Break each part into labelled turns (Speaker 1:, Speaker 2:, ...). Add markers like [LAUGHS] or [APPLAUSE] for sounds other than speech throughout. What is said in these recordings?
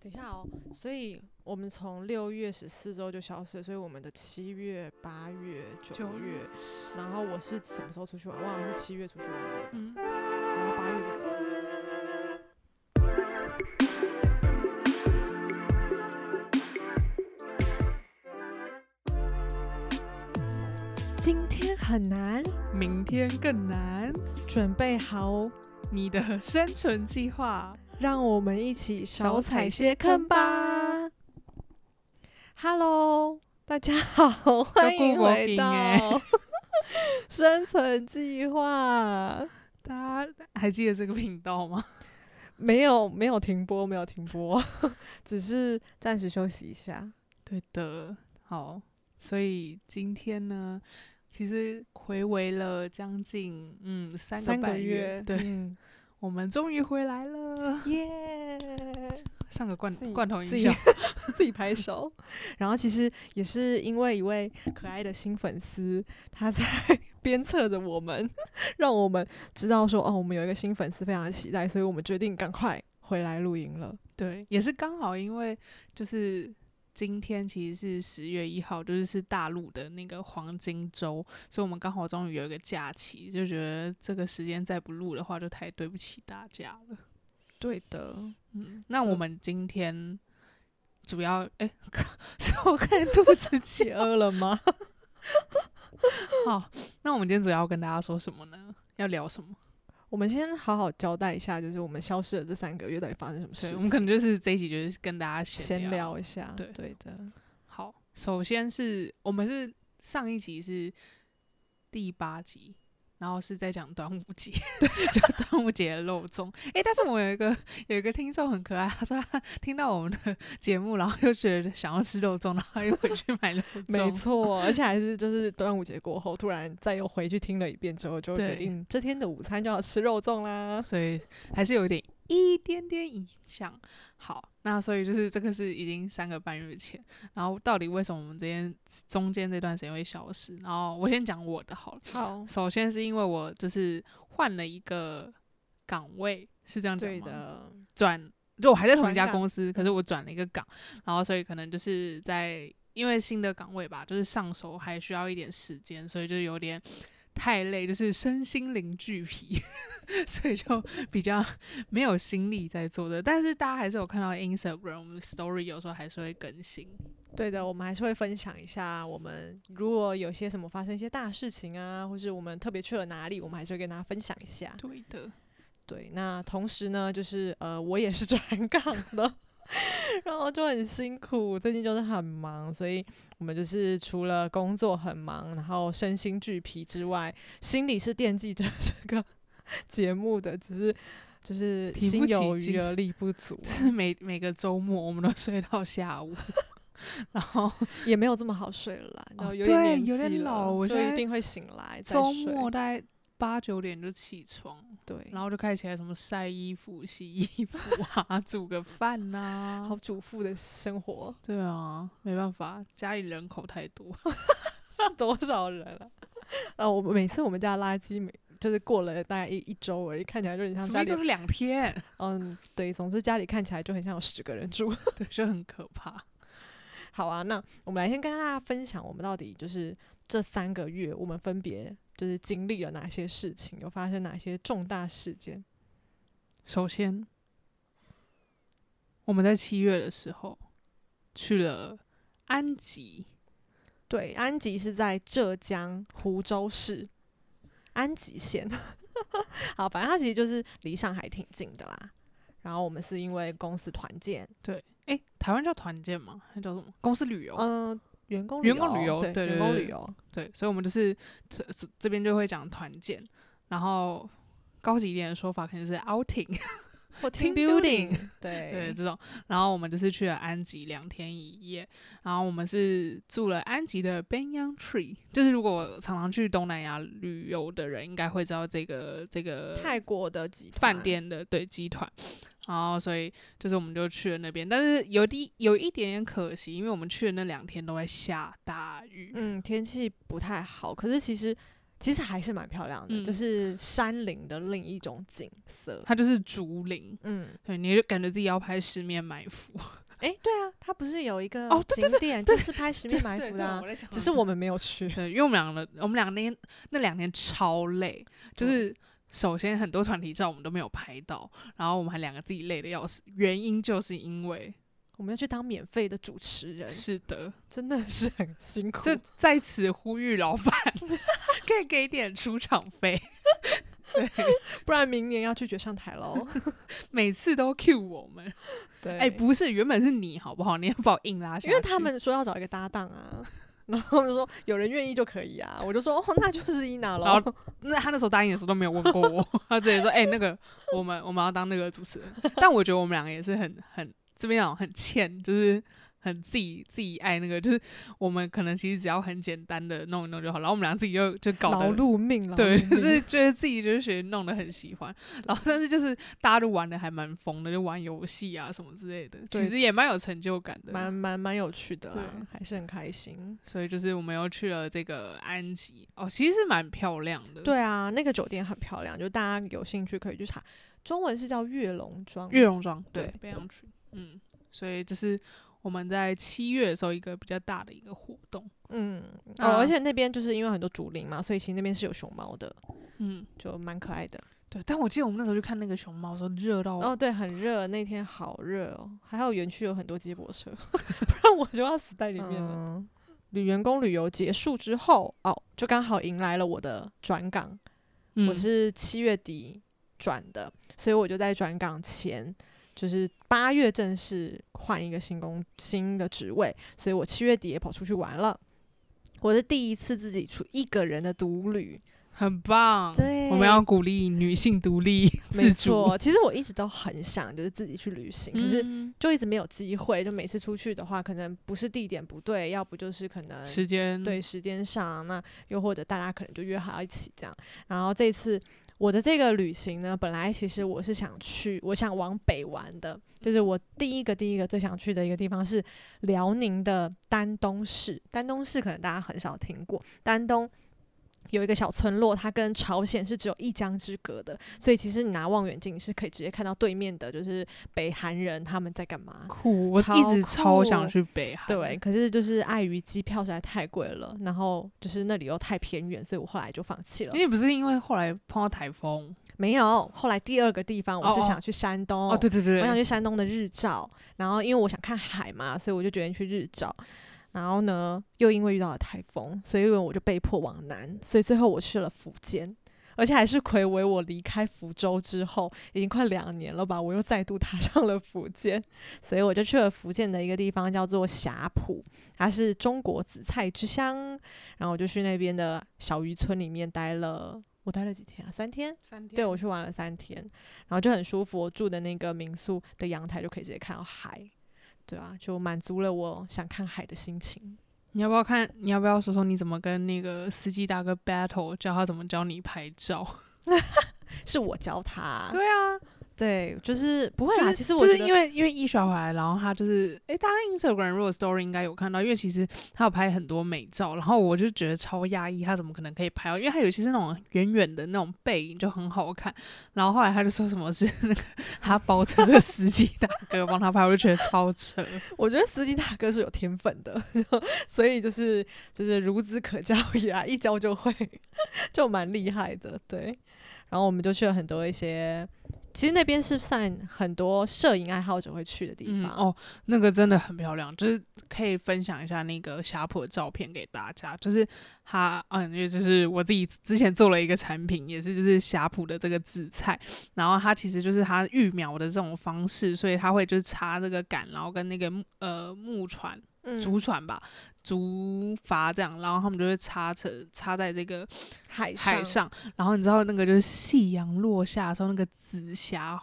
Speaker 1: 等一下哦，所以我们从六月十四周就消失了，所以我们的七月、八月、九
Speaker 2: 九
Speaker 1: 月，然后我是什么时候出去玩？忘了是七月出去玩的，
Speaker 2: 嗯，
Speaker 1: 然后八月的。今天很难，
Speaker 2: 明天更难，
Speaker 1: 准备好哦，
Speaker 2: 你
Speaker 1: [LAUGHS]
Speaker 2: 的生存计划。
Speaker 1: 让我们一起少
Speaker 2: 少
Speaker 1: 踩些
Speaker 2: 踩些
Speaker 1: 坑
Speaker 2: 坑
Speaker 1: 吧。Hello，大家好，欢迎
Speaker 2: 顾我
Speaker 1: 回
Speaker 2: 饼
Speaker 1: 到
Speaker 2: 欸
Speaker 1: 生存计划。
Speaker 2: 大家还记得这个频道吗？ [LAUGHS]
Speaker 1: 没有，没有停播，没有停播， [LAUGHS] 只是暂时休息一下。
Speaker 2: 对的，好，所以今天呢，其实回违了将近嗯三个
Speaker 1: 三
Speaker 2: 半
Speaker 1: 个月，
Speaker 2: 对、
Speaker 1: 嗯
Speaker 2: 我们终于回来了。 [LAUGHS]
Speaker 1: 耶、
Speaker 2: 上个罐
Speaker 1: 自己
Speaker 2: 罐头
Speaker 1: 自
Speaker 2: 音
Speaker 1: 己
Speaker 2: 效，
Speaker 1: 自己拍手。然后其实也是因为一位可爱的新粉丝，他在 [LAUGHS] 鞭策着我们， [LAUGHS] 让我们知道说哦，我们有一个新粉丝非常的期待，所以我们决定赶快回来录音了。
Speaker 2: 对，也是刚好因为就是。今天其实是十月一号，就是是大陆的那个黄金周，所以我们刚好终于有一个假期，就觉得这个时间再不录的话，就太对不起大家了。
Speaker 1: 对的，
Speaker 2: 嗯，那
Speaker 1: 就
Speaker 2: 我们今天主要哎、 [LAUGHS] 是我看肚子
Speaker 1: 解 [LAUGHS]
Speaker 2: 气。
Speaker 1: 饿了吗？
Speaker 2: [LAUGHS] 好，那我们今天主要跟大家说什么呢？要聊什么？
Speaker 1: 我们先好好交代一下，就是我们消失的这三个月到底发生什么事
Speaker 2: 对，
Speaker 1: 情。
Speaker 2: 我们可能就是这一集就是跟大家
Speaker 1: 闲
Speaker 2: 聊。
Speaker 1: 聊一下。
Speaker 2: 对
Speaker 1: 对的，
Speaker 2: 好，首先是我们是上一集是第八集。然后是在讲端午节， [LAUGHS] 就端午节的漏钟。哎、但是我们有一个有一个听众很可爱，他说他听到我们的节目，然后又觉得想要吃肉粽，然后又回去买肉
Speaker 1: [LAUGHS] 没
Speaker 2: 粽。
Speaker 1: 错，而且还是就是端午节过后，突然再又回去听了一遍之后，就决
Speaker 2: 对
Speaker 1: 定这天的午餐就要吃肉粽啦。
Speaker 2: 所以还是有一点一点点影响。好，那所以就是这个是已经三个半月前，然后到底为什么我们这边中间这段时间会消失？然后我先讲我的好了。
Speaker 1: 好，
Speaker 2: 首先是因为我就是换了一个岗位，是这样讲
Speaker 1: 对
Speaker 2: 吗？
Speaker 1: 的，
Speaker 2: 转就我还在同
Speaker 1: 转
Speaker 2: 一家
Speaker 1: 岗
Speaker 2: 公司，可是我转了一个岗，然后所以可能就是在因为新的岗位吧，就是上手还需要一点时间，所以就有点太累，就是身心灵俱疲， [LAUGHS] 所以就比较没有心力在做的。但是大家还是有看到 Instagram 我们 Story 有时候还是会更新，
Speaker 1: 对的，我们还是会分享一下，我们如果有些什么发生一些大事情啊，或是我们特别去了哪里，我们还是会跟大家分享一下。
Speaker 2: 对的，
Speaker 1: 对，那同时呢，就是呃，我也是 [LAUGHS] 转岗的，然后就很辛苦，最近就是很忙，所以我们就是除了工作很忙，然后身心俱疲之外，心里是惦记着这个 [LAUGHS] 节目的，只是就是
Speaker 2: 提
Speaker 1: 心
Speaker 2: 不起
Speaker 1: 有余
Speaker 2: 劲
Speaker 1: 而力不
Speaker 2: [LAUGHS]
Speaker 1: 足啊，
Speaker 2: 就是 [LAUGHS] 每每个周末我们都睡到下午。 [LAUGHS] 然后
Speaker 1: 也没有这么好睡了啦，然后
Speaker 2: 哦
Speaker 1: 有
Speaker 2: 对
Speaker 1: 点年
Speaker 2: 有点
Speaker 1: 纪了
Speaker 2: 老我
Speaker 1: 就
Speaker 2: 现
Speaker 1: 一
Speaker 2: 在
Speaker 1: 定会醒来再
Speaker 2: 周
Speaker 1: 睡
Speaker 2: 末大概八九点就起床，
Speaker 1: 对，
Speaker 2: 然后就开始起来什么晒衣服、洗衣
Speaker 1: [LAUGHS]
Speaker 2: 服啊，煮个饭呐、
Speaker 1: 好主妇的生活
Speaker 2: 对啊，没办法，家里人口太多。
Speaker 1: 是多少人啊？ [LAUGHS] 啊，我每次我们家的垃圾每就是过了大概一一周而已，看起来就很像
Speaker 2: 什
Speaker 1: 家
Speaker 2: 么
Speaker 1: 里
Speaker 2: 就是
Speaker 1: [LAUGHS]
Speaker 2: 两天，
Speaker 1: 嗯，对，总之家里看起来就很像有十个人住。 [LAUGHS]
Speaker 2: 对，就很可怕。
Speaker 1: 好啊，那我们来先跟大家分享，我们到底就是这三个月我们分别就是经历了哪些事情，有发生哪些重大事件。
Speaker 2: 首先，我们在七月的时候去了安吉，
Speaker 1: 对，安吉是在浙江湖州市安吉县。 [LAUGHS] 好，反正它其实就是离上海挺近的啦。然后我们是因为公司团建，
Speaker 2: 诶，台湾叫团建吗？还叫什么？公司旅游？
Speaker 1: 嗯、员工
Speaker 2: 哦员工旅游
Speaker 1: 对
Speaker 2: 对
Speaker 1: 员
Speaker 2: 对
Speaker 1: 工
Speaker 2: 对
Speaker 1: 旅游，
Speaker 2: 对，所以我们就是这这这边就会讲团建，然后高级一点的说法肯定是 outing。
Speaker 1: 或 team
Speaker 2: Team
Speaker 1: building，
Speaker 2: building 对，
Speaker 1: 对
Speaker 2: 这种。然后我们就是去了安吉两天一夜，然后我们是住了安吉的 Banyan Tree，就是如果常常去东南亚旅游的人，应该会知道这个这个
Speaker 1: 泰国的集
Speaker 2: 饭
Speaker 1: 团
Speaker 2: 店的对集团。然后所以就是我们就去了那边，但是有一有一点点可惜，
Speaker 1: 嗯
Speaker 2: 因为我们去的那两天都在下大雨。
Speaker 1: 嗯，天气不太好，可是其实其实还是蛮漂亮的，
Speaker 2: 嗯
Speaker 1: 就是山林的另一种景色。
Speaker 2: 它就是竹林，
Speaker 1: 嗯，
Speaker 2: 对，你就感觉自己要拍十面埋伏。
Speaker 1: 诶，对啊，它不是有一个
Speaker 2: 哦对对
Speaker 1: 景点就是拍十面埋
Speaker 2: 对
Speaker 1: 伏
Speaker 2: 对
Speaker 1: 的、啊
Speaker 2: 我，在想
Speaker 1: 只是我们没有去。
Speaker 2: 对，因为我们两个，我们两个那天那两天超累，
Speaker 1: 嗯
Speaker 2: 就是首先很多团体照我们都没有拍到，然后我们还两个自己累的要死，原因就是因为
Speaker 1: 我们要去当免费的主持人，
Speaker 2: 是的，
Speaker 1: 真的是很辛苦。
Speaker 2: 这在此呼吁老板 [LAUGHS] 可以给点出场费， [LAUGHS]
Speaker 1: 不然明年要拒绝上台
Speaker 2: [LAUGHS]
Speaker 1: 喽。
Speaker 2: 每次都 cue 我们，
Speaker 1: 对，
Speaker 2: 哎、不是，原本是你好不好？你要把我硬拉下去，
Speaker 1: 因为他们说要找一个搭档啊， [LAUGHS] 然后我就说有人愿意就可以啊，我就说哦，那就是伊娜
Speaker 2: 然
Speaker 1: 喽。
Speaker 2: 后那他那时候答应的时候都没有问过我， [LAUGHS] 他直接说：“哎、那个我们我们要当那个主持人。”但我觉得我们两个也是很很这边讲很欠，就是很自己自己爱那个，就是我们可能其实只要很简单的弄一弄就好，然后我们俩自己就就搞
Speaker 1: 劳
Speaker 2: 得
Speaker 1: 碌命，劳
Speaker 2: 对，
Speaker 1: 碌
Speaker 2: 就
Speaker 1: 命
Speaker 2: 是觉得自己就是学弄得很喜欢，然后但是就是大家都玩的还蛮疯的，就玩游戏啊什么之类的，
Speaker 1: 对
Speaker 2: 其实也蛮有成就感的。
Speaker 1: 蛮蛮蛮有趣的啦
Speaker 2: 对，
Speaker 1: 还是很开心。
Speaker 2: 所以就是我们又去了这个安吉，哦，其实是蛮漂亮的。，
Speaker 1: 对啊，那个酒店很漂亮，就大家有兴趣可以去查，中文是叫月龙庄。
Speaker 2: 月榕庄，对
Speaker 1: 对，
Speaker 2: 北洋区，嗯，所以这是我们在七月的时候一个比较大的一个活动，
Speaker 1: 嗯，
Speaker 2: 啊
Speaker 1: 哦，而且那边就是因为很多竹林嘛，所以其实那边是有熊猫的，
Speaker 2: 嗯，
Speaker 1: 就蛮可爱的。
Speaker 2: 对。但我记得我们那时候去看那个熊猫的时候，热到，
Speaker 1: 哦，对，很热，那天好热哦，还好园区有很多接驳车，不然我就要死在里面了。旅员工旅游结束之后，哦，就刚好迎来了我的转岗。
Speaker 2: 嗯
Speaker 1: 我是七月底转的，所以我就在转岗前，就是八月正式换一个新工新的职位，所以我七月底也跑出去玩了。我是第一次自己出一个人的独旅，
Speaker 2: 很棒，
Speaker 1: 对
Speaker 2: 我们要鼓励女性独立
Speaker 1: 没
Speaker 2: 自主，
Speaker 1: 错。其实我一直都很想就是自己去旅行，可是呃
Speaker 2: 嗯，
Speaker 1: 就一直没有机会。就每次出去的话，可能不是地点不对，要不就是可能
Speaker 2: 时间，
Speaker 1: 对时间上，啊那又或者大家可能就约好要一起这样。然后这次我的这个旅行呢，本来其实我是想去，我想往北玩的，就是我第一个第一个最想去的一个地方是辽宁的丹东市。丹东市可能大家很少听过，丹东。有一个小村落，它跟朝鲜是只有一江之隔的，所以其实你拿望远镜是可以直接看到对面的，就是北韩人他们在干嘛。
Speaker 2: 酷，我
Speaker 1: 超
Speaker 2: 一直超想
Speaker 1: 酷
Speaker 2: 去北韩，
Speaker 1: 对，，可是就是碍于机票实在太贵了，然后就是那里又太偏远，所以我后来就放弃了
Speaker 2: 因。为不是因为后来碰到台风，
Speaker 1: 没有，后来第二个地方我是
Speaker 2: 哦哦
Speaker 1: 想去山东，
Speaker 2: 哦，对对
Speaker 1: 我想
Speaker 2: 对，
Speaker 1: 去山东的日照，然后因为我想看海嘛，所以我就决定去日照。然后呢，又因为遇到了台风，所以我就被迫往南，所以最后我去了福建，而且还是魁违我离开福州之后，已经快两年了吧，我又再度踏上了福建，所以我就去了福建的一个地方叫做霞浦，它是中国紫菜之乡，然后我就去那边的小渔村里面待了，我待了几天啊，三天，
Speaker 2: 三天
Speaker 1: 对，我去玩了三天，然后就很舒服。我住的那个民宿的阳台就可以直接看到海，对啊，就满足了我想看海的心情。
Speaker 2: 你要不要看？你要不要说说你怎么跟那个司机大哥 battle，教他怎么教你拍照？
Speaker 1: 是我教他，
Speaker 2: 对啊，
Speaker 1: 对，就是不会
Speaker 2: 就
Speaker 1: 啦。
Speaker 2: 是
Speaker 1: 其实我
Speaker 2: 就
Speaker 1: 觉
Speaker 2: 是
Speaker 1: 得
Speaker 2: 因为因为一小回来，然后他就是诶，大家 Instagram 如果 Story 应该有看到，因为其实他有拍很多美照，然后我就觉得超压抑，他怎么可能可以拍到？哦因为他有些是那种远远的那种背影就很好看，然后后来他就说什么是那个 [LAUGHS] 他包车的司机大哥帮他拍，我就觉得超扯。
Speaker 1: 我觉得司机大哥是有天分的， [LAUGHS] 所以就是就是孺子可教也啊，一教就会， [LAUGHS] 就蛮厉害的。对，然后我们就去了很多一些，其实那边是算很多摄影爱好者会去的地
Speaker 2: 嗯
Speaker 1: 方。
Speaker 2: 哦，那个真的很漂亮，就是可以分享一下那个霞浦的照片给大家。就是它，嗯，因为就是我自己之前做了一个产品，也是就是霞浦的这个紫菜，然后它其实就是它育苗的这种方式，所以它会就是插这个杆，然后跟那个木呃木船、
Speaker 1: 嗯，
Speaker 2: 竹船吧、竹筏这样，然后他们就会插成插在这个
Speaker 1: 海
Speaker 2: 海上，然后你知道那个就是夕阳落下的时候那个紫霞，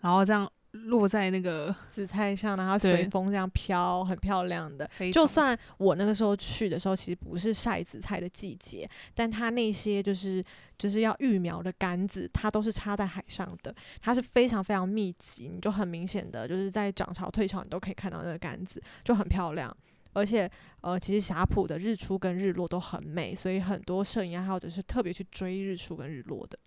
Speaker 2: 然后这样落在那个
Speaker 1: 紫菜上，然后
Speaker 2: 对
Speaker 1: 随风这样飘，很漂亮的。
Speaker 2: 非
Speaker 1: 就
Speaker 2: 常
Speaker 1: 算我那个时候去的时候，其实不是晒紫菜的季节，但它那些就是就是要育苗的杆子，它都是插在海上的，它是非常非常密集，你就很明显的就是在涨潮退潮，你都可以看到那个杆子，就很漂亮。而且呃，其实霞浦的日出跟日落都很美，所以很多摄影爱好者是特别去追日出跟日落的。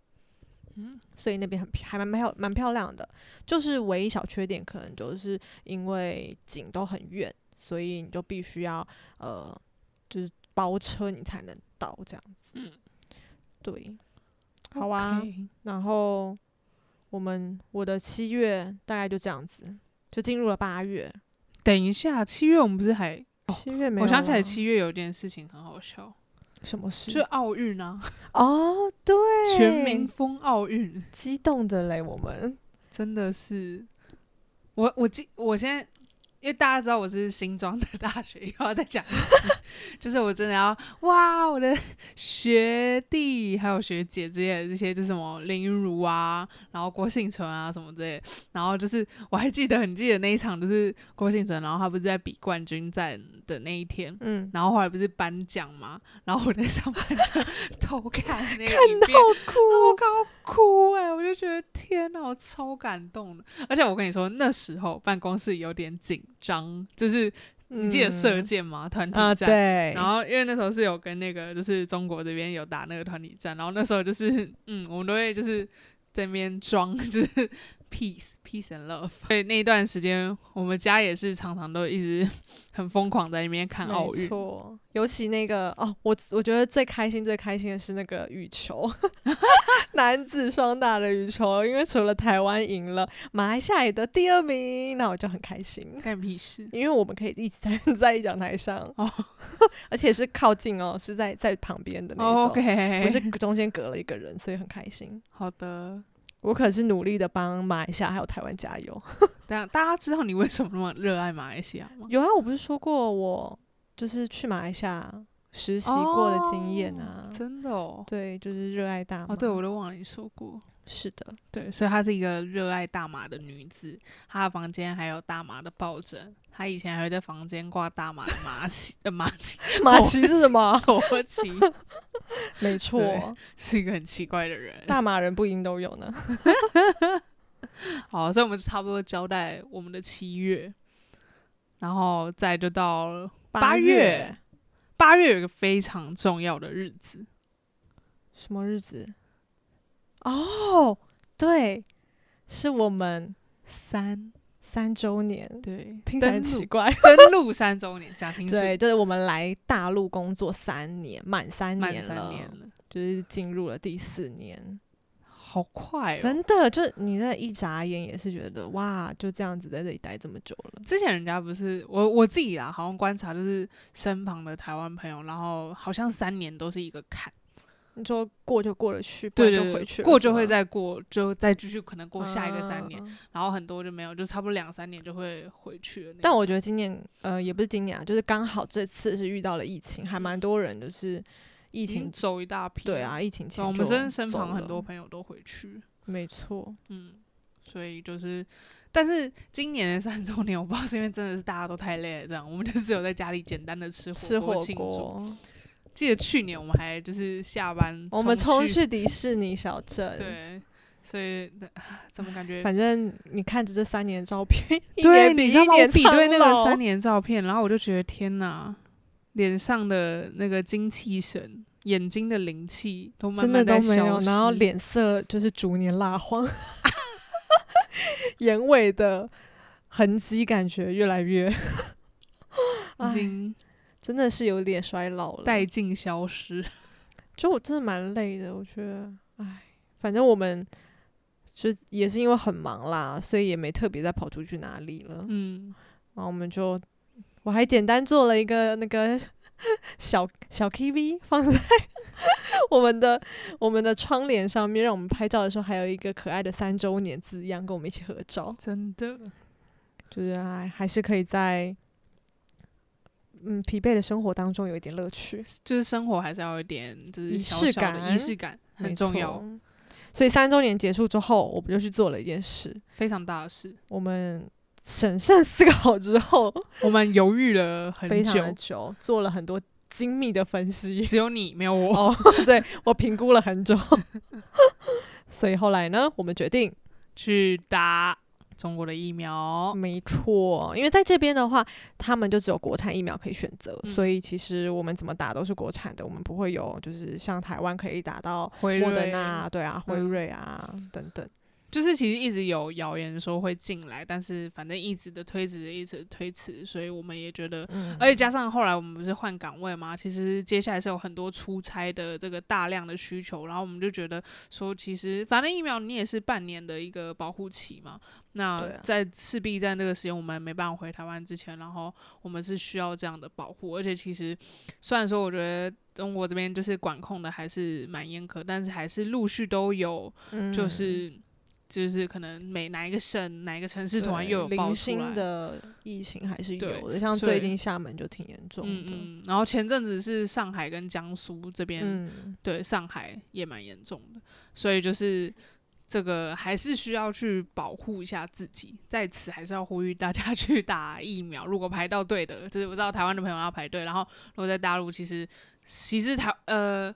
Speaker 2: 嗯，
Speaker 1: 所以那边很漂还蛮漂蛮漂亮的，就是唯一小缺点可能就是因为景都很远，所以你就必须要呃，就是包车你才能到这样子。
Speaker 2: 嗯，
Speaker 1: 对，好啊。
Speaker 2: OK
Speaker 1: 然后我们我的七月大概就这样子，就进入了八月。
Speaker 2: 等一下，七月我们不是还？
Speaker 1: 七月没有啊了，
Speaker 2: 哦我想起来七月有件事情很好笑，
Speaker 1: 什么事？
Speaker 2: 就是奥运啊，
Speaker 1: 哦，对，
Speaker 2: 全民疯奥运，
Speaker 1: 激动的嘞，我们
Speaker 2: 真的是我我记我现在。因为大家知道我是新庄的大学，又要再讲一
Speaker 1: [LAUGHS]
Speaker 2: 次，就是我真的要哇，我的学弟还有学姐之类的这些，就是什么林云如啊，然后郭幸存啊什么之类的，然后就是我还记得很记得那一场，就是郭幸存，然后他不是在比冠军战的那一天，
Speaker 1: 嗯，
Speaker 2: 然后后来不是颁奖嘛，然后我在上班就 [LAUGHS] 偷看那个
Speaker 1: 看
Speaker 2: 影
Speaker 1: 到
Speaker 2: 片，我
Speaker 1: 哭，
Speaker 2: 刚哭哎、我就觉得天哪，我超感动的。而且我跟你说，那时候办公室有点紧张，就是 [LAUGHS] 你记得射
Speaker 1: 嗯
Speaker 2: 箭吗？团、体
Speaker 1: 啊，
Speaker 2: 战。
Speaker 1: 对，
Speaker 2: 然后因为那时候是有跟那个就是中国这边有打那个团体战，然后那时候就是嗯，我们都会就是在那边装 [LAUGHS] 就是 peace peace and love。所以那一段时间，我们家也是常常都一直很疯狂在那边看奥
Speaker 1: 没
Speaker 2: 运。
Speaker 1: 错，尤其那个哦，我我觉得最开心、最开心的是那个羽球， [LAUGHS] 男子双打的羽球，因为除了台湾赢了，马来西亚也得第二名，那我就很开心，
Speaker 2: 干屁事！
Speaker 1: 因为我们可以一起站在 [LAUGHS] 一讲台上，
Speaker 2: 哦
Speaker 1: 而且是靠近哦，是在在旁边 [LAUGHS] 的那一种
Speaker 2: OK，
Speaker 1: 不是中间隔了一个人，所以很开心。
Speaker 2: 好的。
Speaker 1: 我可是努力的帮马来西亚还有台湾加油。
Speaker 2: 等下，大家知道你为什么那么热爱马来西亚吗？
Speaker 1: 有啊，我不是说过我就是去马来西亚实习过的经验啊。
Speaker 2: 哦真的哦。
Speaker 1: 对，就是热爱大麻。
Speaker 2: 哦，对，我都忘了你说过。
Speaker 1: 是
Speaker 2: [LAUGHS]
Speaker 1: 的，
Speaker 2: 对，所以她是一个热爱大麻的女子，她的房间还有大麻的抱枕，她以前还会在房间挂大麻的呃麻 [LAUGHS] 旗的麻旗
Speaker 1: 马奇是什么？
Speaker 2: 国旗，
Speaker 1: [LAUGHS]
Speaker 2: [LAUGHS]
Speaker 1: 没错
Speaker 2: 对，是一个很奇怪的人。
Speaker 1: 大马人不应都有 [LAUGHS] 呢。
Speaker 2: 好，所以我们就差不多交代我们的七月，然后再就到了八月
Speaker 1: 月
Speaker 2: 八月有一个非常重要的日子，
Speaker 1: 什么日子？哦，对，是我们
Speaker 2: 三
Speaker 1: 三周年，
Speaker 2: 对，
Speaker 1: 听起来
Speaker 2: 登
Speaker 1: 很
Speaker 2: [LAUGHS]
Speaker 1: 奇
Speaker 2: 陆
Speaker 1: 怪。
Speaker 2: 登陆三周年，讲清楚，
Speaker 1: 对，就是我们来大陆工作三年，满三
Speaker 2: 满
Speaker 1: 年
Speaker 2: 三
Speaker 1: 了，
Speaker 2: 年了，
Speaker 1: 就是进入了第四年。
Speaker 2: 好快哦！
Speaker 1: 真的，就是你那一眨眼也是觉得哇，就这样子在这里待这么久了。
Speaker 2: 之前人家不是我我自己啊，好像观察就是身旁的台湾朋友，然后好像三年都是一个坎，
Speaker 1: 你说过就过得去，不
Speaker 2: 对
Speaker 1: 然
Speaker 2: 对
Speaker 1: 就
Speaker 2: 对
Speaker 1: 回去了
Speaker 2: 过
Speaker 1: 是
Speaker 2: 就会
Speaker 1: 吗
Speaker 2: 再过，就再继续可能过下一个三年，
Speaker 1: 嗯
Speaker 2: 然后很多就没有，就差不多两三年就会回去了那种。
Speaker 1: 但我觉得今年，呃，也不是今年啊，就是刚好这次是遇到了疫情，还
Speaker 2: 嗯
Speaker 1: 蛮多人就是疫
Speaker 2: 已经
Speaker 1: 情，
Speaker 2: 走一大批，
Speaker 1: 对啊，，疫情
Speaker 2: 对
Speaker 1: 前
Speaker 2: 嗯哦我们身
Speaker 1: 真
Speaker 2: 身旁很多，朋友都回去，
Speaker 1: 没错，
Speaker 2: 嗯，所以就是，但是今年的三周年，我不知道是因为真的是大家都太累了，这样我们就只有在家里简单的吃
Speaker 1: 吃
Speaker 2: 火
Speaker 1: 火
Speaker 2: 庆祝。
Speaker 1: 锅，
Speaker 2: 记得去年我们还就是下班，
Speaker 1: 我们冲
Speaker 2: 冲
Speaker 1: 去迪士尼小镇，，
Speaker 2: 对，所以那啊怎么感觉？
Speaker 1: 反正你看着这三年的照片， [LAUGHS] 一
Speaker 2: 对，
Speaker 1: 年比
Speaker 2: 你知道
Speaker 1: 一
Speaker 2: 吗？我
Speaker 1: 年
Speaker 2: 比对那个
Speaker 1: 苍
Speaker 2: 三
Speaker 1: 老，
Speaker 2: 年照片，然后我就觉得天哪，脸上的那个精气神、眼睛的灵气都慢
Speaker 1: 真
Speaker 2: 慢
Speaker 1: 的
Speaker 2: 在
Speaker 1: 都
Speaker 2: 消
Speaker 1: 没有，
Speaker 2: 失，
Speaker 1: 然后脸色就是逐年蜡黄， [LAUGHS] 眼尾的痕迹感觉越来越
Speaker 2: 已经
Speaker 1: 真的是有点衰老了，
Speaker 2: 殆尽消失。
Speaker 1: 就我真的蛮累的，我觉得，唉，反正我们就也是因为很忙啦，所以也没特别再跑出去哪里了。
Speaker 2: [LAUGHS] 嗯，
Speaker 1: 然后我们就，我还简单做了一个那个小小 KV 放在 [LAUGHS] 我们的我们的窗帘上面，让我们拍照的时候还有一个可爱的三周年字样，跟我们一起合照。
Speaker 2: 真的，
Speaker 1: 就是还还是可以在嗯疲惫的生活当中有一点乐趣。
Speaker 2: 就是生活还是要有一点，就是
Speaker 1: 仪
Speaker 2: 小
Speaker 1: 式
Speaker 2: 小的仪
Speaker 1: 感
Speaker 2: 式感很
Speaker 1: 没
Speaker 2: 重要，
Speaker 1: 错。所以三周年结束之后，我们就去做了一件事，
Speaker 2: 非常大的事。
Speaker 1: 我们审慎思考之后，
Speaker 2: 我们犹豫了
Speaker 1: 非
Speaker 2: 很
Speaker 1: 常的
Speaker 2: 久，
Speaker 1: 久，做了很多精密的分
Speaker 2: [LAUGHS]
Speaker 1: 析。
Speaker 2: 只有你没有我。
Speaker 1: 哦，对我评估 [LAUGHS] 了很久，所以后来呢，我们决定
Speaker 2: 去打中国的疫苗。
Speaker 1: 没错，因为在这边的话，他们就只有国产疫苗可以选择，
Speaker 2: 嗯
Speaker 1: 所以其实我们怎么打都是国产的，我们不会有就是像台湾可以打到
Speaker 2: 辉
Speaker 1: 莫德
Speaker 2: 瑞
Speaker 1: 纳，对啊，辉
Speaker 2: 嗯
Speaker 1: 瑞啊、等等。
Speaker 2: 就是其实一直有谣言说会进来，但是反正一直的推迟，一直推迟，所以我们也觉得
Speaker 1: 嗯，
Speaker 2: 而且加上后来我们不是换岗位嘛，其实接下来是有很多出差的这个大量的需求，然后我们就觉得说，其实反正疫苗你也是半年的一个保护期嘛，那
Speaker 1: 对啊
Speaker 2: 在势必在那个时间我们没办法回台湾之前，然后我们是需要这样的保护，而且其实虽然说我觉得中国这边就是管控的还是蛮严格，但是还是陆续都有
Speaker 1: 嗯
Speaker 2: 就是。就是可能每哪一个省、哪一个城市突然
Speaker 1: 对
Speaker 2: 啊又有爆
Speaker 1: 零
Speaker 2: 出来
Speaker 1: 星，的疫情还是
Speaker 2: 对
Speaker 1: 有的，像
Speaker 2: 所以
Speaker 1: 最近厦门就挺严重
Speaker 2: 嗯
Speaker 1: 的。
Speaker 2: 嗯，然后前阵子是上海跟江苏这边，
Speaker 1: 嗯，
Speaker 2: 对上海也蛮严重的，所以就是这个还是需要去保护一下自己，在此还是要呼吁大家 [LAUGHS] 去打疫苗，如果排到队的，就是我知道台湾的朋友要排队，然后如果在大陆其实其实台呃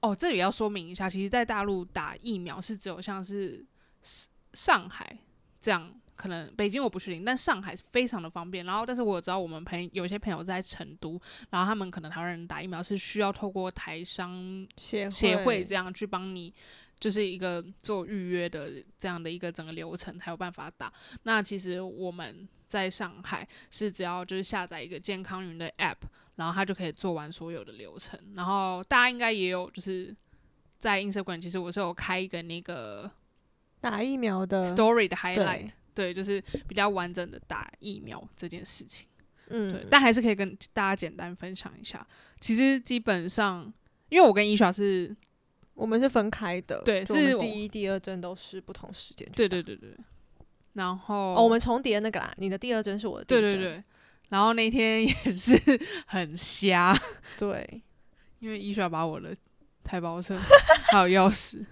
Speaker 2: 哦这里要说明一下，其实在大陆打疫苗是只有像是上上海这样。可能北京我不确定，但上海是非常的方便。然后，但是我知道我们朋有些朋友在成都，然后他们可能台湾人打疫苗是需要透过台商
Speaker 1: 协
Speaker 2: 协会这
Speaker 1: 样，
Speaker 2: 样去帮你，就是一个做预约的这样的一个整个流程才有办法打。那其实我们在上海是只要就是下载一个健康云的 app，然后它就可以做完所有的流程。然后大家应该也有就是在 Instagram，其实我是有开一个那个
Speaker 1: 打疫苗的
Speaker 2: story 的
Speaker 1: 呃对
Speaker 2: highlight，、对，就是比较完整的打疫苗这件事情。对
Speaker 1: 嗯，，
Speaker 2: 但还是可以跟大家简单分享一下。其实基本上，因为我跟伊莎是
Speaker 1: 我们是分开的，
Speaker 2: 对
Speaker 1: 所以
Speaker 2: 是
Speaker 1: 我们
Speaker 2: 我
Speaker 1: 第一、第二针都是不同时间去打。
Speaker 2: 对对对对，然后
Speaker 1: 哦，我们重叠那个啦，你的第二针是我的第
Speaker 2: 对
Speaker 1: 一
Speaker 2: 对
Speaker 1: 针，
Speaker 2: 对，然后那天也是 [LAUGHS] 很瞎，
Speaker 1: 对
Speaker 2: 因为医学把我的太包
Speaker 1: [LAUGHS]
Speaker 2: 针还有钥匙，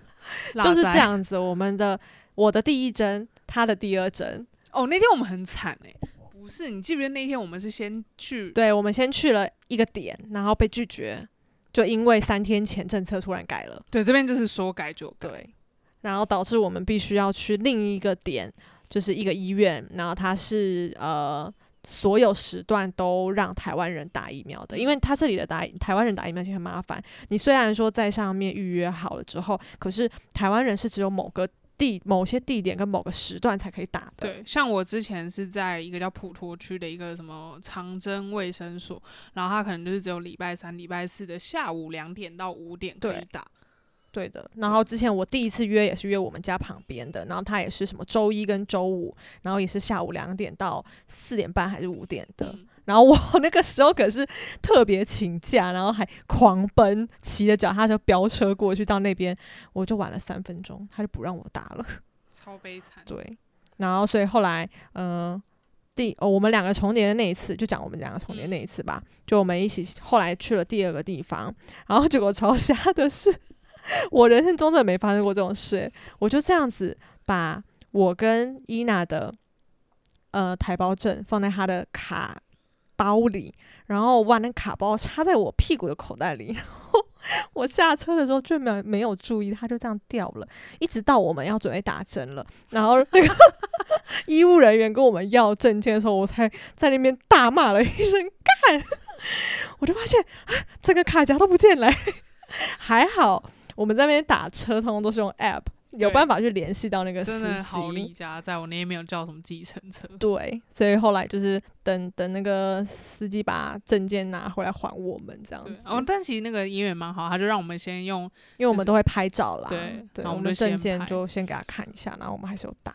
Speaker 1: 就
Speaker 2: 落
Speaker 1: 是
Speaker 2: 塞
Speaker 1: 这。样子。我们的我的第一针，他的第二针，
Speaker 2: 哦，那天我们很惨哎、不是你记不记得那天我们是先去
Speaker 1: 对我们先去了一个点，然后被拒绝，就因为三天前政策突然改了，
Speaker 2: 对这边就是说改就改，
Speaker 1: 对，然后导致我们必须要去另一个点，就是一个医院，然后它是呃。所有时段都让台湾人打疫苗的，因为他这里的打台湾人打疫苗其实很麻烦。你虽然说在上面预约好了之后，可是台湾人是只有某个地、某些地点跟某个时段才可以打的。
Speaker 2: 对，像我之前是在一个叫普陀区的一个什么长征卫生所，然后他可能就是只有礼拜三、礼拜四的下午两点到五点可以
Speaker 1: 对
Speaker 2: 打，
Speaker 1: 对的，然后之前我第一次约也是约我们家旁边的，然后他也是什么周一跟周五，然后也是下午两点到四点半还是五点的，
Speaker 2: 嗯
Speaker 1: 然后我那个时候可是特别请假，然后还狂奔，骑着脚踏车飙车过去到那边，我就晚了三分钟，他就不让我打了。
Speaker 2: 超悲惨。
Speaker 1: 对，然后所以后来，嗯、第哦，我们两个重叠的那一次，就讲我们两个重叠
Speaker 2: 嗯
Speaker 1: 那一次吧。就我们一起后来去了第二个地方，然后结果超瞎的是，我人生中真的没发生过这种事，欸我就这样子把我跟伊娜的呃台胞证放在她的卡包里，然后我把那卡包插在我屁股的口袋里，然后我下车的时候居然没有注意，它就这样掉了，一直到我们要准备打针了，然后那个医务人员跟我们要证件的时候，我才在那边大骂了一声“干”， [LAUGHS] 我就发现啊，整个卡夹都不见了， [LAUGHS] 还好我们在那边打车，通通都是用 app。有
Speaker 2: 对
Speaker 1: 办法去联系到那个司机，
Speaker 2: 真的好离家，在我那边没有叫什么计程车。
Speaker 1: 对，所以后来就是等等那个司机把证件拿回来还我们这样
Speaker 2: 对
Speaker 1: 子，，
Speaker 2: 哦，但其实那个音乐蛮好，他就让我们先用，
Speaker 1: 因为我们
Speaker 2: 就是
Speaker 1: 都会拍照啦，
Speaker 2: 对然
Speaker 1: 我
Speaker 2: 后我们
Speaker 1: 们
Speaker 2: 就先
Speaker 1: 证件
Speaker 2: 拍
Speaker 1: 就先给他看一下，然后我们还是有打。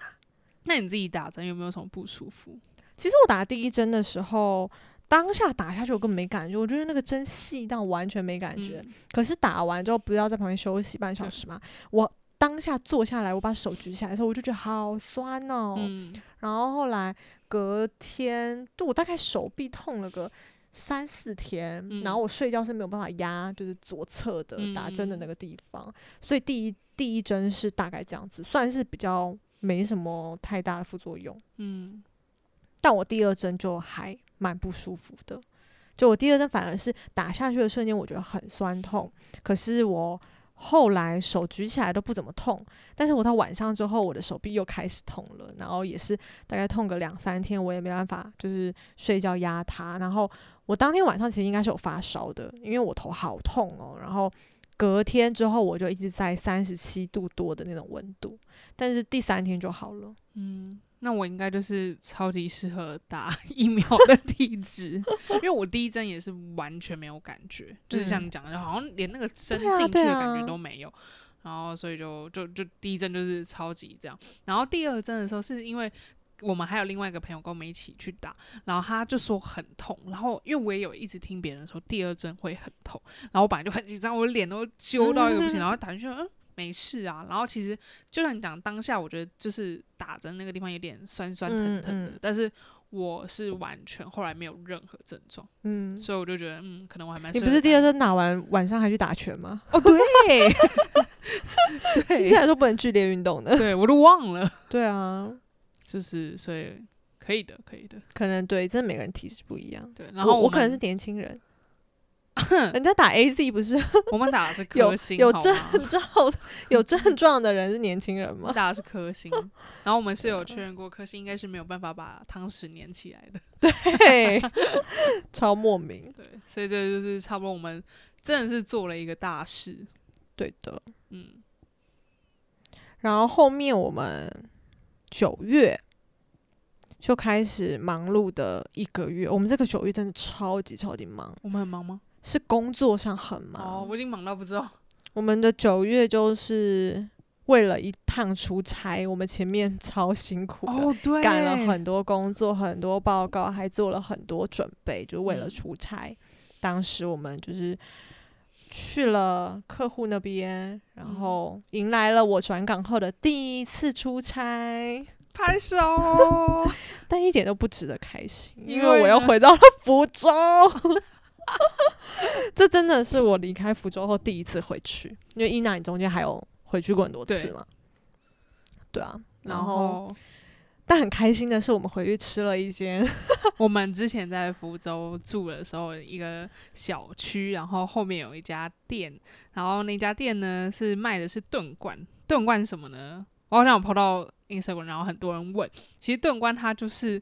Speaker 2: 那你自己打针有没有什么不舒服？
Speaker 1: 其实我打第一针的时候，当下打下去我根本没感觉，我觉得那个针细到完全没感觉。
Speaker 2: 嗯
Speaker 1: 可是打完之后不是要在旁边休息半小时嘛，我。当下坐下来，我把手举起来的时候，我就觉得好酸哦。
Speaker 2: 嗯，
Speaker 1: 然后后来隔天，就我大概手臂痛了个三四天，
Speaker 2: 嗯
Speaker 1: 然后我睡觉是没有办法压，就是左侧的打针的
Speaker 2: 嗯
Speaker 1: 那个地方，所以第一第一针是大概这样子，算是比较没什么太大的副作用。
Speaker 2: 嗯，
Speaker 1: 但我第二针就还蛮不舒服的，就我第二针反而是打下去的瞬间，我觉得很酸痛，可是我后来手举起来都不怎么痛，但是我到晚上之后，我的手臂又开始痛了，然后也是大概痛个两三天，我也没办法就是睡觉压它。然后我当天晚上其实应该是有发烧的，因为我头好痛哦。然后隔天之后，我就一直在三十七度多的那种温度，但是第三天就好了。
Speaker 2: 嗯，那我应该就是超级适合打 [LAUGHS] 疫苗的体质，因为我第一针也是完全没有感觉，就是像你讲的，好像连那个针
Speaker 1: 嗯对啊
Speaker 2: 进去
Speaker 1: 对
Speaker 2: 的感
Speaker 1: 啊
Speaker 2: 觉都没有。然后，所以就就就第一针就是超级这样，然后第二针的时候是因为我们还有另外一个朋友跟我们一起去打，然后他就说很痛，然后因为我也有一直听别人说第二针会很痛，然后我本来就很紧张，我脸都揪到
Speaker 1: [LAUGHS]
Speaker 2: 一个不行，然后打进去，嗯，没事啊。然后其实就像你讲，当下我觉得就是打针那个地方有点酸酸疼疼的，
Speaker 1: 嗯嗯
Speaker 2: 但是我是完全后来没有任何症状，
Speaker 1: 嗯，
Speaker 2: 所以我就觉得，嗯，可能我还蛮
Speaker 1: 你
Speaker 2: 适
Speaker 1: 不
Speaker 2: 合
Speaker 1: 是第二
Speaker 2: 打
Speaker 1: 针打完晚上还去打拳吗？ [LAUGHS]
Speaker 2: 哦，对，
Speaker 1: 你现
Speaker 2: 对，
Speaker 1: 在说不能剧烈运动的。
Speaker 2: 对我都忘了，
Speaker 1: 对啊，
Speaker 2: 就是所以可以的，可以的，
Speaker 1: 可能对，真的每个人体质不一样。
Speaker 2: 对。然后
Speaker 1: 我我可能
Speaker 2: 们
Speaker 1: 是年轻人， [LAUGHS] 人家打 A Z 不是
Speaker 2: 我们打的是
Speaker 1: 有
Speaker 2: 颗星，
Speaker 1: 有
Speaker 2: 好
Speaker 1: 症
Speaker 2: 吗
Speaker 1: 状的有 [LAUGHS] 症状的人是年轻人 [LAUGHS] 吗？
Speaker 2: 打的是颗星，然后我们是有确认过，颗星应该是没有办法把汤匙粘起来的。
Speaker 1: 嘿，超莫名。
Speaker 2: 对，所以这就是差不多，我们真的是做了一个大事。
Speaker 1: 对的。
Speaker 2: 嗯，
Speaker 1: 然后后面我们九月就开始忙碌的一个月，我们这个九月真的超级超级忙，
Speaker 2: 我们很忙吗？
Speaker 1: 是工作上很忙。
Speaker 2: 哦，我已经忙到不知道。
Speaker 1: 我们的九月就是为了一趟出差，我们前面 [LAUGHS] 超辛苦的，，
Speaker 2: 哦对
Speaker 1: 干了很多工作、很多报告，还做了很多准备，就为了
Speaker 2: 嗯
Speaker 1: 出差。当时我们就是去了客户那边，然
Speaker 2: 嗯
Speaker 1: 后迎来了我转岗后的第一次出差，
Speaker 2: 拍 [LAUGHS] 手。
Speaker 1: 但一点都不值得开心，
Speaker 2: 因
Speaker 1: 因为我
Speaker 2: 为
Speaker 1: 又
Speaker 2: 呢
Speaker 1: 回到了福州。 [LAUGHS] 这真的是我离开福州后第一次回去，因为伊娜，你中间还有回去过很多次
Speaker 2: 对
Speaker 1: 嘛？对啊，
Speaker 2: 然后
Speaker 1: 但很开心的是，我们回去吃了一间 [LAUGHS]
Speaker 2: 我们之前在福州住的时候，一个小区，然后后面有一家店，然后那家店呢是卖的是炖罐。炖罐是什么呢？我好像有 p 到 Instagram，然后很多人问。其实炖罐它就是，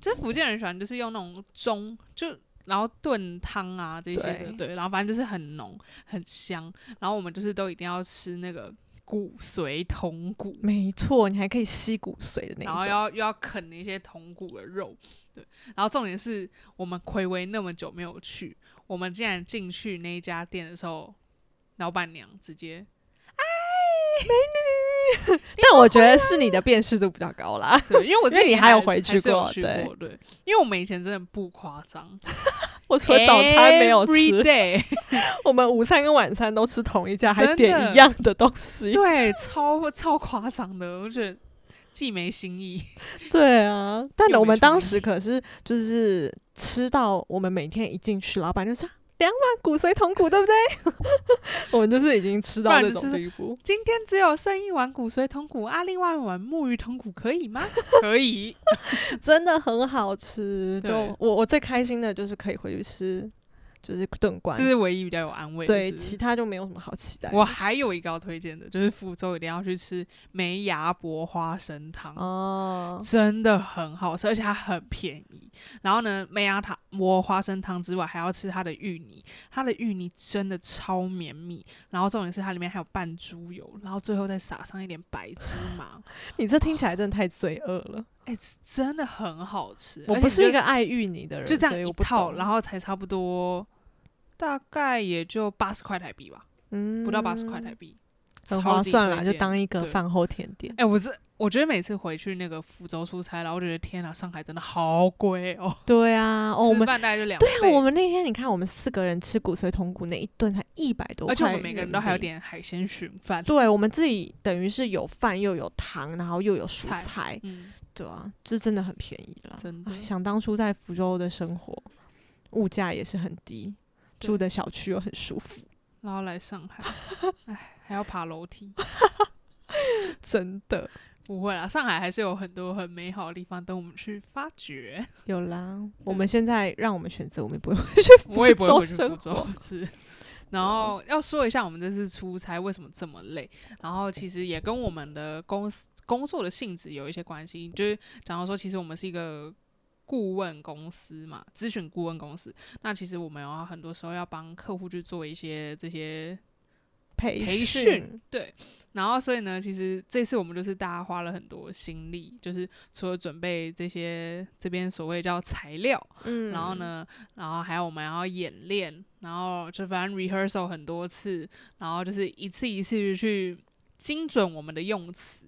Speaker 2: 就是福建人喜欢就是用那种盅，就然后炖汤啊这些的，对，然后反正就是很浓很香。然后我们就是都一定要吃那个骨髓筒骨，
Speaker 1: 没错，你还可以吸骨髓的那
Speaker 2: 然后
Speaker 1: 一种。
Speaker 2: 要又要啃那些筒骨的肉，对。然后重点是我们暌违那么久没有去，我们竟然进去那一家店的时候，老板娘直接
Speaker 1: 但我觉得是你的辨识度比较高啦。
Speaker 2: 对，因为我
Speaker 1: 因
Speaker 2: 自
Speaker 1: 为
Speaker 2: 己
Speaker 1: 你还有回去
Speaker 2: 还是有
Speaker 1: 过
Speaker 2: 去
Speaker 1: 对
Speaker 2: 过对，因为我们以前真的不夸张，
Speaker 1: [LAUGHS] 我除了早餐没有
Speaker 2: every
Speaker 1: 吃，
Speaker 2: day [LAUGHS]
Speaker 1: 我们午餐跟晚餐都吃同一家，还
Speaker 2: 真的
Speaker 1: 点一样的东西。
Speaker 2: 对，超超夸张的，我觉得既没新意， [LAUGHS]
Speaker 1: [LAUGHS] 对啊，但
Speaker 2: 又没
Speaker 1: 我们当
Speaker 2: 创 [LAUGHS]
Speaker 1: 时可是就是吃到我们每天一进去，老板就说两碗骨髓同骨，对不对？ [LAUGHS] 我们就是已经吃
Speaker 2: 不
Speaker 1: 到
Speaker 2: 然
Speaker 1: 这
Speaker 2: 就
Speaker 1: 种
Speaker 2: 是
Speaker 1: 地步。
Speaker 2: 今天只有剩一碗骨髓筒骨啊，另外一碗木鱼筒骨可
Speaker 1: [LAUGHS]
Speaker 2: 以吗？可以，
Speaker 1: [LAUGHS] 真的很好吃。
Speaker 2: 对
Speaker 1: 就我我最开心的就是可以回去吃，就是炖罐
Speaker 2: 这。是唯一比较有安慰的
Speaker 1: 对，
Speaker 2: 是
Speaker 1: 其他就没有什么好期待的。
Speaker 2: 我还有一个要推荐的，就是福州一定要去吃梅芽薄花生汤。
Speaker 1: 哦，
Speaker 2: 真的很好吃，而且它很便宜。然后呢，梅芽糖磨花生汤之外，还要吃它的芋泥，它的芋泥真的超绵密。然后重点是它里面还有拌猪油，然后最后再撒上一点白芝麻，
Speaker 1: 你这听起来真的太罪恶了。
Speaker 2: 哎、真的很好吃。
Speaker 1: 我
Speaker 2: 而且
Speaker 1: 不是一
Speaker 2: 你就
Speaker 1: 个爱芋泥的人，
Speaker 2: 就这
Speaker 1: 所以
Speaker 2: 样
Speaker 1: 我
Speaker 2: 一
Speaker 1: 不
Speaker 2: 套，
Speaker 1: 懂
Speaker 2: 然后才差不多大概也就八十块台币吧，
Speaker 1: 嗯
Speaker 2: 不到八十块台，币，
Speaker 1: 很
Speaker 2: 超
Speaker 1: 划
Speaker 2: 级
Speaker 1: 算
Speaker 2: 推
Speaker 1: 啦，就
Speaker 2: 荐
Speaker 1: 当一个
Speaker 2: 对
Speaker 1: 饭后甜点
Speaker 2: [LAUGHS] 哎、。我这我觉得每次回去那个福州出差，然后我觉得天啊，上海真的好贵哦，
Speaker 1: 对啊，哦，我
Speaker 2: 吃
Speaker 1: 们
Speaker 2: 饭大概就两对
Speaker 1: 那我们那天你看，我们四个人吃骨髓同骨那一顿才一百多块，
Speaker 2: 而且我们每个人都还有。点海鲜寻饭，
Speaker 1: 对我们自己等于是有饭又有糖，然后又有蔬
Speaker 2: 菜
Speaker 1: 菜，
Speaker 2: 嗯，
Speaker 1: 对啊，这真的很便宜啦。
Speaker 2: 真的
Speaker 1: 哎，想当初在福州的生活，物价也是很低，
Speaker 2: 对
Speaker 1: 住的小区又很舒
Speaker 2: [LAUGHS]
Speaker 1: 服，
Speaker 2: 然后来上海，哎，还要爬楼梯， [LAUGHS]
Speaker 1: 真的
Speaker 2: 不会啦，上海还是有很多很美好的地方等我们去发掘，
Speaker 1: 有啦。我
Speaker 2: 对
Speaker 1: 们现在让我们选择，我们也不会
Speaker 2: 我也不会
Speaker 1: 州
Speaker 2: 回去
Speaker 1: 生
Speaker 2: 福州吃， [LAUGHS] 然后要说一下我们这次出差为什么这么累，然后其实也跟我们的公司工作的性质有一些关系，就是讲到说，其实我们是一个顾问公司嘛，咨询顾问公司，那其实我们要很多时候要帮客户去做一些这些
Speaker 1: 培
Speaker 2: [LAUGHS] 培训，对。然后所以呢，其实这次我们就是大家花了很多心力，就是除了准备这些这边所谓叫材料，
Speaker 1: 嗯，
Speaker 2: 然后？呢，然后还有我们要演练，然后就反正 rehearsal 很多次，然后就是一次一次去精准我们的用词，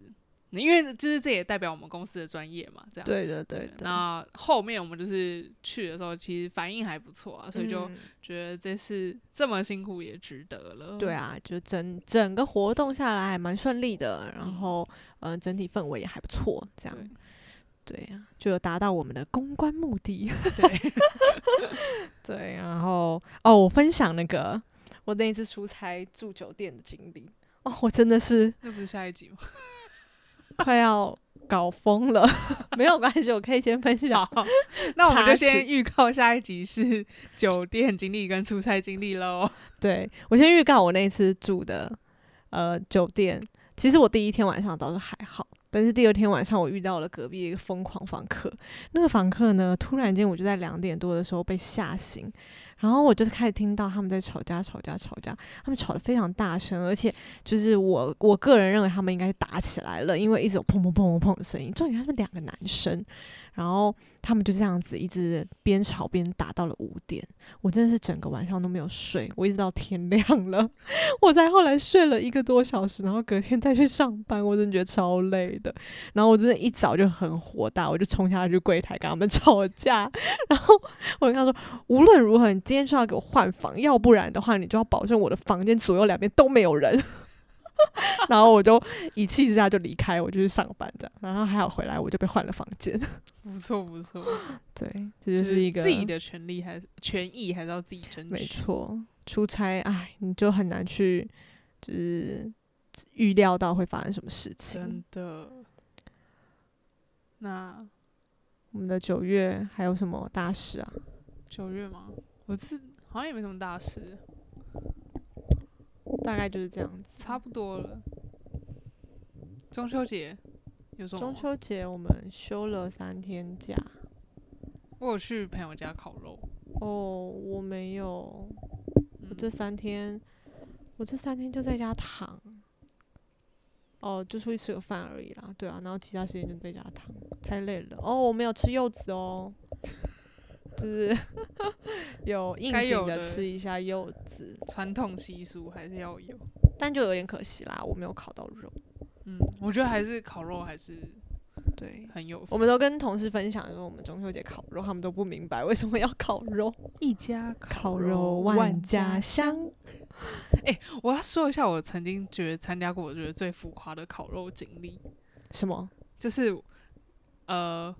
Speaker 2: 因为就是这也代表我们公司的专业嘛，这样。
Speaker 1: 对的，对的，
Speaker 2: 那后面我们就是去的时候，其实反应还不错啊，所以就
Speaker 1: 嗯
Speaker 2: 觉得这次这么辛苦也值得了。
Speaker 1: 对，啊，就整整个活动下来还蛮顺利的，然
Speaker 2: 嗯
Speaker 1: 后嗯、呃整体氛围也还不错，这样
Speaker 2: 对
Speaker 1: 对啊，就有达到我们的公关目的。 [LAUGHS]
Speaker 2: [LAUGHS] 对，
Speaker 1: 对，然后哦，我分享那个我那一次出差住酒店的经历哦，我真的是
Speaker 2: 那不是下一集吗？
Speaker 1: 快要搞疯了。 [LAUGHS] 没有关系，我可以先分享。
Speaker 2: 好，那我们就
Speaker 1: 插
Speaker 2: 先
Speaker 1: 曲
Speaker 2: 预告下一集是酒店经历跟出差经历 [LAUGHS] 喽。
Speaker 1: 对我先预告我那一次住的呃酒店，其实我第一天晚上倒是还好，但是第二天晚上我遇到了隔壁一个疯狂房客。那个房客呢，突然间我就在两点多的时候被吓醒，然后我就开始听到他们在吵架、吵架、吵架，他们吵得非常大声，而且就是我我个人认为他们应该是打起来了，因为一直有砰砰砰砰砰的声音。重点他们两个男生，然后他们就这样子一直边吵边打到了五点。我真的是整个晚上都没有睡，我一直到天亮了， [LAUGHS] 我才后来睡了一个多小时，然后隔天再去上班，我真的觉得超累的。然后我真的一早就很火大，我就冲下去柜台跟他们 [LAUGHS] 吵架，然后我就跟他说，无论如何你今天就要给我换房，要不然的话你就要保证我的房间左右两边都没有人。 [LAUGHS] 然后我就一气之下就离开，我就去上班这样，然后还好回来我就被换了房间。 [LAUGHS]
Speaker 2: 不错不错，
Speaker 1: 对，这就是一个
Speaker 2: 自己的权利还是权益嗯还是要自己争
Speaker 1: 没
Speaker 2: 取。
Speaker 1: 错，出差，哎，你就很难去就是预料到会发生什么事情
Speaker 2: 真。的。那
Speaker 1: 我们的九月还有什么大事啊？
Speaker 2: 九月吗？我是好像也没什么大事，
Speaker 1: 大概就是这样子。
Speaker 2: 差不多了。中秋节有什么
Speaker 1: 中
Speaker 2: 吗？
Speaker 1: 秋节我们休了三天假，
Speaker 2: 我有去朋友家烤肉，
Speaker 1: 哦，我没有，我
Speaker 2: 嗯
Speaker 1: 这三天，我这三天就在家躺。哦，就出去吃个饭而已啦，对啊，然后其他时间就在家躺，太累了。哦，我没有吃柚子哦，就是 [LAUGHS] 有应
Speaker 2: 该
Speaker 1: 景
Speaker 2: 有
Speaker 1: 的
Speaker 2: 的
Speaker 1: 吃一下柚子，
Speaker 2: 传统习俗还是要有。
Speaker 1: 但就有点可惜啦，我没有烤到肉。
Speaker 2: 嗯，我觉得还是烤肉还是
Speaker 1: 对，
Speaker 2: 很有 feel。
Speaker 1: 我们都跟同事分享说我们中秋节烤肉，他们都不明白为什么要烤肉。
Speaker 2: 一家 [LAUGHS] 烤
Speaker 1: 香，
Speaker 2: 我要说一下，我曾经觉得参加过我觉得最浮夸的烤肉经历，
Speaker 1: 什么？
Speaker 2: 就是呃，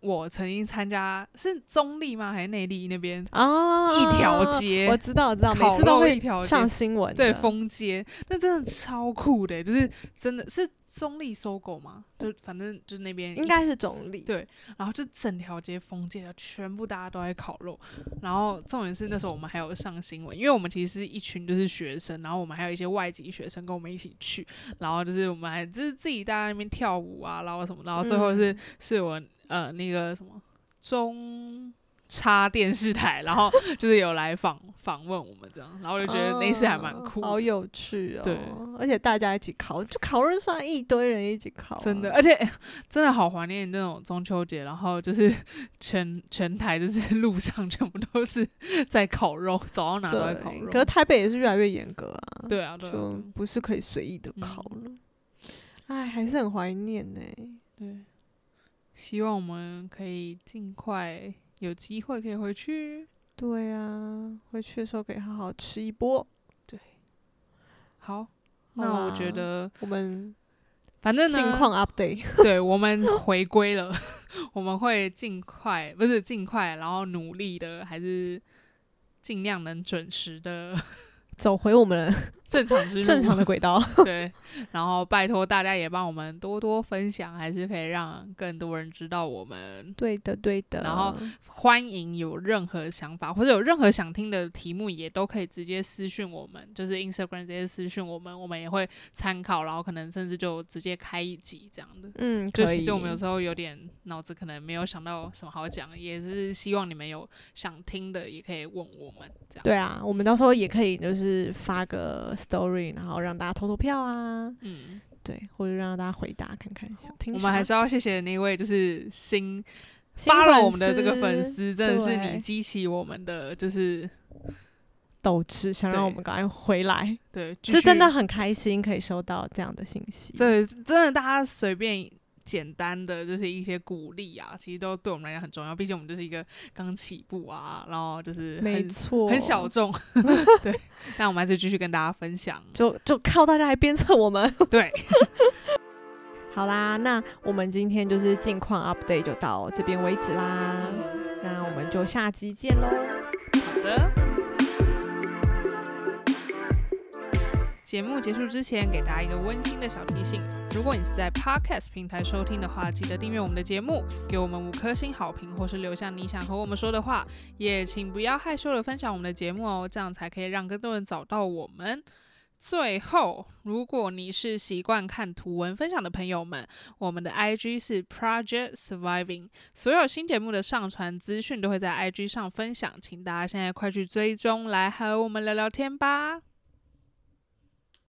Speaker 2: 我曾经参加是中立吗？还是内力那边
Speaker 1: 啊，
Speaker 2: 一条街
Speaker 1: 我知道，我知道，每
Speaker 2: 烤
Speaker 1: 次都
Speaker 2: 肉
Speaker 1: 会
Speaker 2: 一条街
Speaker 1: 上新闻的，
Speaker 2: 对封街，那真的超酷的欸、就是真的是中立收购嘛，就反正就是那边一
Speaker 1: 应，该是总理。
Speaker 2: 对然后就整条街封街，全部大家都在烤肉。然后重点是那时候我们还有上新闻，因为我们其实是一群就是学生，然后我们还有一些外籍学生跟我们一起去，然后就是我们还就是自己大家在那边跳舞啊，然后什么，然后最后是、是我呃那个什么中插电视台，然后就是有来访访问我们这样，然后我就觉得那次还蛮
Speaker 1: 啊
Speaker 2: 酷的、
Speaker 1: 好有趣哦。
Speaker 2: 对
Speaker 1: 而且大家一起烤，就烤肉上一堆人一起烤啊，
Speaker 2: 真的，而且哎真的好怀念那种中秋节，然后就是 [LAUGHS] 全全台就是路上全部都是 [LAUGHS] 在烤肉，早上哪都在烤
Speaker 1: 对。
Speaker 2: 肉。
Speaker 1: 可是台北也是越来越严格啊，
Speaker 2: 对啊，对啊，嗯
Speaker 1: 就不是可以随意的烤了。哎，还是很怀念呢。
Speaker 2: 对。希望我们可以尽快有机会可以回去。
Speaker 1: 对啊，回去的时候可以好好吃一波。
Speaker 2: 好，
Speaker 1: 好
Speaker 2: 那我
Speaker 1: 啦
Speaker 2: 觉得，
Speaker 1: 我们
Speaker 2: 反正
Speaker 1: 近
Speaker 2: 呢，
Speaker 1: 况 update，
Speaker 2: 对我们回归了， [LAUGHS] 我们会尽快，不是尽快，然后努力的，还是尽量能准时的
Speaker 1: [LAUGHS] 走回我们
Speaker 2: [LAUGHS] 正常之路，
Speaker 1: 正常的轨道。
Speaker 2: 对，然后拜托大家也帮我们多多分享，还是可以让更多人知道我
Speaker 1: [LAUGHS]
Speaker 2: 们。
Speaker 1: 对的，对的。
Speaker 2: 然后欢迎有任何想法或者有任何想听的题目，也都可以直接私讯我们，就是 Instagram 直接私讯我们，我们也会参考，然后可能甚至就直接开一集这样的。
Speaker 1: 嗯，
Speaker 2: 就
Speaker 1: 可
Speaker 2: 其实我
Speaker 1: 以
Speaker 2: 们有时候有点脑子可能没有想到什么好讲，也是希望你们有想听的也可以问我们这样。
Speaker 1: 对啊，我们到时候也可以就是发个 story，然后让大家投投票啊，
Speaker 2: 嗯，
Speaker 1: 对，或者让大家回答看看想听
Speaker 2: 我
Speaker 1: 什么。
Speaker 2: 们还是要谢谢那位就是新
Speaker 1: 新
Speaker 2: 发了我们
Speaker 1: 粉
Speaker 2: 的这个粉
Speaker 1: 丝
Speaker 2: 丝，真的是
Speaker 1: 对
Speaker 2: 你激起我们的就是
Speaker 1: 斗志，想让我
Speaker 2: 对
Speaker 1: 们赶快回来，
Speaker 2: 对，继
Speaker 1: 是真
Speaker 2: 续
Speaker 1: 的很开心可以收到这样的信息。
Speaker 2: 对，真的大家随便简单的就是一些鼓励啊，其实都对我们来讲很重要。毕竟我们就是一个刚起步啊，然后就是
Speaker 1: 没
Speaker 2: 很
Speaker 1: 错，
Speaker 2: 很小众， [LAUGHS] 对。但我们还是继续跟大家分享，
Speaker 1: [LAUGHS] 就就靠大家来鞭策我们。 [LAUGHS]
Speaker 2: 对，
Speaker 1: 好啦，那我们今天就是近况 update 就到这边为止啦，
Speaker 2: 嗯
Speaker 1: 那我们就下集见喽，
Speaker 2: 好的。节目结束之前，给大家一个温馨的小提醒：如果你是在 Podcast 平台收听的话，记得订阅我们的节目，给我们五颗星好评，或是留下你想和我们说的话。也请不要害羞的分享我们的节目哦，这样才可以让更多人找到我们。最后，如果你是习惯看图文分享的朋友们，我们的 IG 是 Project Surviving，所有新节目的上传资讯都会在 IG 上分享，请大家现在快去追踪，来和我们聊聊天吧。